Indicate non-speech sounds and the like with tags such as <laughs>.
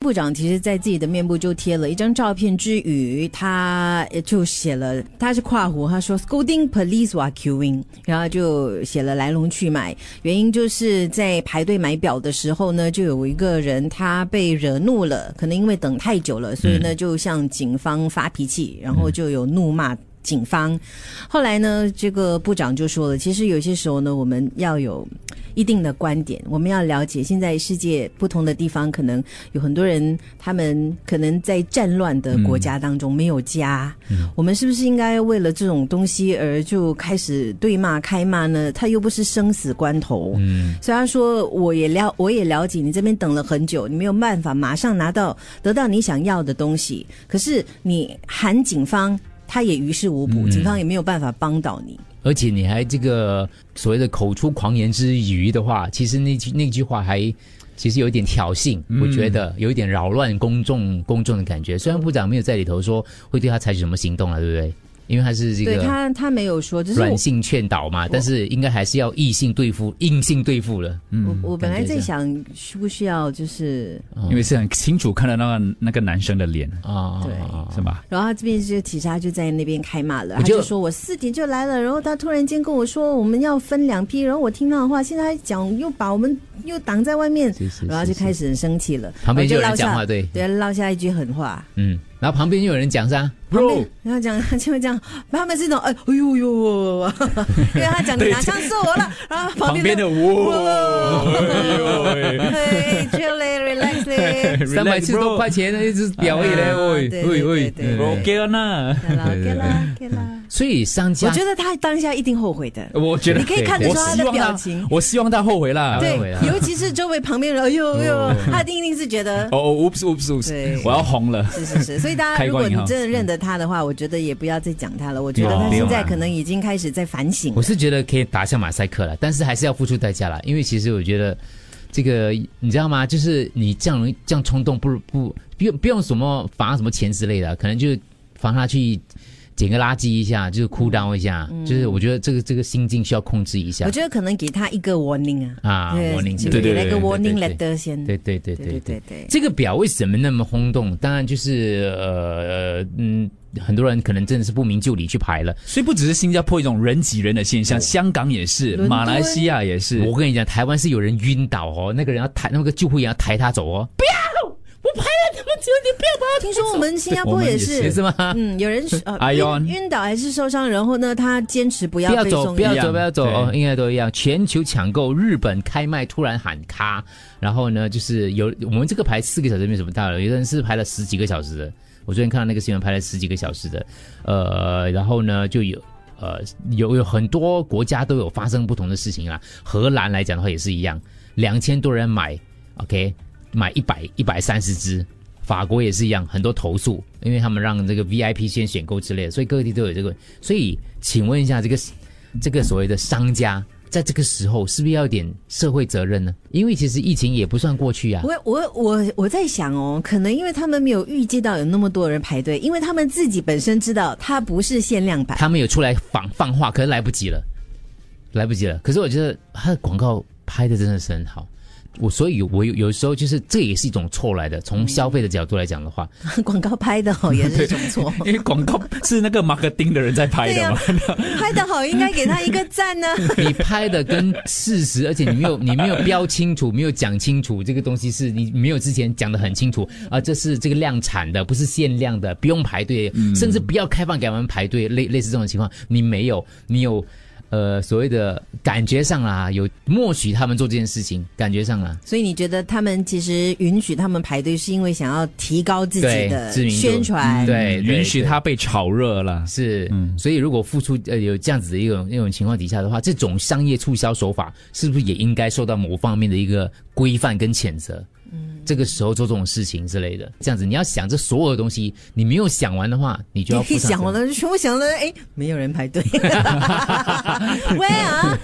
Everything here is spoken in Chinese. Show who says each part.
Speaker 1: 部长其实在自己的面部就贴了一张照片之余，他就写了，他是跨湖，他说 “Scolding police are queuing”，然后就写了来龙去脉，原因就是在排队买表的时候呢，就有一个人他被惹怒了，可能因为等太久了，所以呢就向警方发脾气，然后就有怒骂。警方，后来呢，这个部长就说了，其实有些时候呢，我们要有一定的观点，我们要了解现在世界不同的地方，可能有很多人，他们可能在战乱的国家当中没有家，嗯、我们是不是应该为了这种东西而就开始对骂开骂呢？他又不是生死关头，嗯，虽然说我也了，我也了解你这边等了很久，你没有办法马上拿到得到你想要的东西，可是你喊警方。他也于事无补，警方也没有办法帮到你。
Speaker 2: 而且你还这个所谓的口出狂言之余的话，其实那句那句话还其实有点挑衅，我觉得有一点扰乱公众公众的感觉。虽然部长没有在里头说会对他采取什么行动了，啊对不对？因为他是这个
Speaker 1: 对他他没有说，就是
Speaker 2: 软性劝导嘛，但是应该还是要异性对付，硬性对付了。
Speaker 1: 嗯，我本来在想需不需要就是
Speaker 2: 嗯
Speaker 3: 因为是很清楚看到那个那个男生的脸，
Speaker 1: 嗯
Speaker 2: 啊，
Speaker 1: 对
Speaker 3: 是吧？
Speaker 1: 然后他这边就提查就在那边开骂了，
Speaker 2: 我
Speaker 1: 他
Speaker 2: 就
Speaker 1: 就说我四点就来了，然后他突然间跟我说我们要分两批，然后我听他的话，现在还讲又把我们又挡在外面，
Speaker 2: 是是是
Speaker 1: 然后就开始很生气了，
Speaker 2: 旁边就有人
Speaker 1: 然后
Speaker 2: 讲
Speaker 1: 落
Speaker 2: 话
Speaker 1: 下
Speaker 2: 对
Speaker 1: 对，落下一句狠话，
Speaker 2: 嗯，然后旁边又有人讲啥
Speaker 1: 对
Speaker 3: Bro，
Speaker 1: 然后讲，就会这样，他们是那种，哎，哎呦呦，因为他讲你拿枪射我了，然后旁
Speaker 3: 旁
Speaker 1: 边
Speaker 3: 边的
Speaker 1: 哦的
Speaker 3: 哇，哎呦喂
Speaker 1: 嘿，chill 嘞，relax 嘞
Speaker 2: 三百七十多块钱一只表而已嘞，
Speaker 1: 啊 <laughs>
Speaker 2: 喂
Speaker 1: 对
Speaker 2: 喂
Speaker 1: 对
Speaker 2: 喂
Speaker 1: 对对
Speaker 2: 嗯
Speaker 3: ，OK 了呢。
Speaker 1: ，OK 啦，OK 啦，OK 啦。
Speaker 2: 所以商家
Speaker 1: 我觉得他当下一定后悔的，
Speaker 3: 我觉得
Speaker 1: 你可以看得
Speaker 3: 我
Speaker 1: 出他
Speaker 3: 希
Speaker 1: 的
Speaker 3: 望
Speaker 1: 表
Speaker 3: 他
Speaker 1: 情，，
Speaker 3: 我希望他后悔啦。
Speaker 2: 对
Speaker 1: 对
Speaker 2: 后悔了，
Speaker 1: 尤其是周围旁边人，哎呦哎呦，他一定一定是觉
Speaker 3: <laughs>
Speaker 1: 得。
Speaker 3: 哦哦，oops oops
Speaker 1: 对
Speaker 3: oops，我要红了。
Speaker 1: 是是是，所以大家
Speaker 3: 开
Speaker 1: 如果
Speaker 3: 关
Speaker 1: 你
Speaker 3: 以后
Speaker 1: 真的认得他的话，我觉得也不要再讲他了。我觉得他
Speaker 3: 不用
Speaker 1: 现在
Speaker 3: 了
Speaker 1: 可能已经开始在反省
Speaker 2: 我。是觉得可以打下马赛克了，但是还是要付出代价了，因为其实我觉得这个你知道吗？就是你这样容易这样冲动，不如不不用不用什么罚什么钱之类的，啊可能就是罚他去捡个垃圾一下，就是哭刀一下，就是我觉得这个这个心境需要控制一下
Speaker 1: 我觉得可能给他一个 warning 啊，
Speaker 2: 啊。我理解，
Speaker 3: 对对
Speaker 1: 给那个
Speaker 3: 对
Speaker 1: warning
Speaker 2: 对
Speaker 1: letter 先。
Speaker 2: 对对对对
Speaker 1: 对对对，
Speaker 2: 这个表为什么那么轰动？当然就是呃嗯，很多人可能真的是不明就里去排了。
Speaker 3: 所以不只是新加坡一种人挤人的现象，香港也是，
Speaker 1: 伦敦
Speaker 3: 马来西亚也是。
Speaker 2: 我跟你讲，台湾是有人晕倒哦，那个人要抬，那个救护员要抬他走哦。不要，我拍了你们，只有你不要把
Speaker 1: 听说我们新加
Speaker 3: 我
Speaker 1: 坡
Speaker 3: 们也
Speaker 1: 是，
Speaker 2: 是吗？
Speaker 1: 嗯，有人是呃
Speaker 3: 哎呦
Speaker 1: 晕晕倒还是受伤，然后呢，他坚持不
Speaker 2: 不
Speaker 1: 要
Speaker 2: 要
Speaker 1: 被
Speaker 2: 走，
Speaker 1: 送医。
Speaker 2: 不要
Speaker 3: 一
Speaker 2: 走，
Speaker 3: 样
Speaker 2: 不要走哦，
Speaker 3: 对
Speaker 2: 应该都一样。全球抢购，日本开卖突然喊卡，然后呢，就是有我们这个排四个小时没什么大的，有的人是排了十几个小时的。我昨天看到那个新闻，排了十几个小时的，呃，然后呢就有。呃，有有很多国家都有发生不同的事情啦。荷兰来讲的话也是一样，两千多人买，OK，买一百一百三十只。法国也是一样，很多投诉，因为他们让这个 VIP 先选购之类的，所以各地都有这个。所以，请问一下，这个这个所谓的商家，在这个时候是不是要有点社会责任呢？因为其实疫情也不算过去啊。
Speaker 1: 我我我我在想哦，可能因为他们没有预计到有那么多人排队，因为他们自己本身知道它不是限量版，
Speaker 2: 他们有出来放放话，可是来不及了，来不及了。可是我觉得他的广告拍的真的是很好，我所以，我有有时候就是这也是一种错来的。从消费的角度来讲的话，
Speaker 1: <laughs> 广告拍的
Speaker 2: <laughs>
Speaker 1: 好也是一种错。
Speaker 3: 因为广告 <laughs> 是那个 marketing 的人在拍
Speaker 1: 对啊
Speaker 3: 的
Speaker 1: 呀、
Speaker 3: 嘛，
Speaker 1: 拍的好应该给他一个赞啊
Speaker 2: <laughs>
Speaker 1: 呢、
Speaker 2: 你拍的跟事实，而且你没有你没有标清楚，没有讲清楚这个东西是你没有之前讲的很清楚啊，这是这个量产的，不是限量的，不用排队，甚至不要开放给他们排队，类类似这种情况，你没有，你有。呃，所谓的感觉上啦，有默许他们做这件事情，感觉上啦，
Speaker 1: 所以你觉得他们其实允许他们排队，是因为想要提高自己
Speaker 2: 对
Speaker 1: 的
Speaker 2: 知名度
Speaker 1: 宣传？
Speaker 2: 嗯
Speaker 3: <laughs>
Speaker 2: 对对
Speaker 3: 允许他被炒热了。
Speaker 2: 是，
Speaker 1: 嗯
Speaker 2: 所以如果付出呃有这样子的一种一种情况底下的话，这种商业促销手法是不是也应该受到某方面的一个规范跟谴责？嗯，这个时候做这种事情之类的，这样子你要想这所有的东西，你没有想完的话，你就要
Speaker 1: 你
Speaker 2: 付
Speaker 1: 可以
Speaker 2: 上
Speaker 1: 想
Speaker 2: 责
Speaker 1: 我
Speaker 2: 任。
Speaker 1: 的，全部想的， <laughs>
Speaker 2: <laughs>
Speaker 1: 哎，没有人排队，喂啊！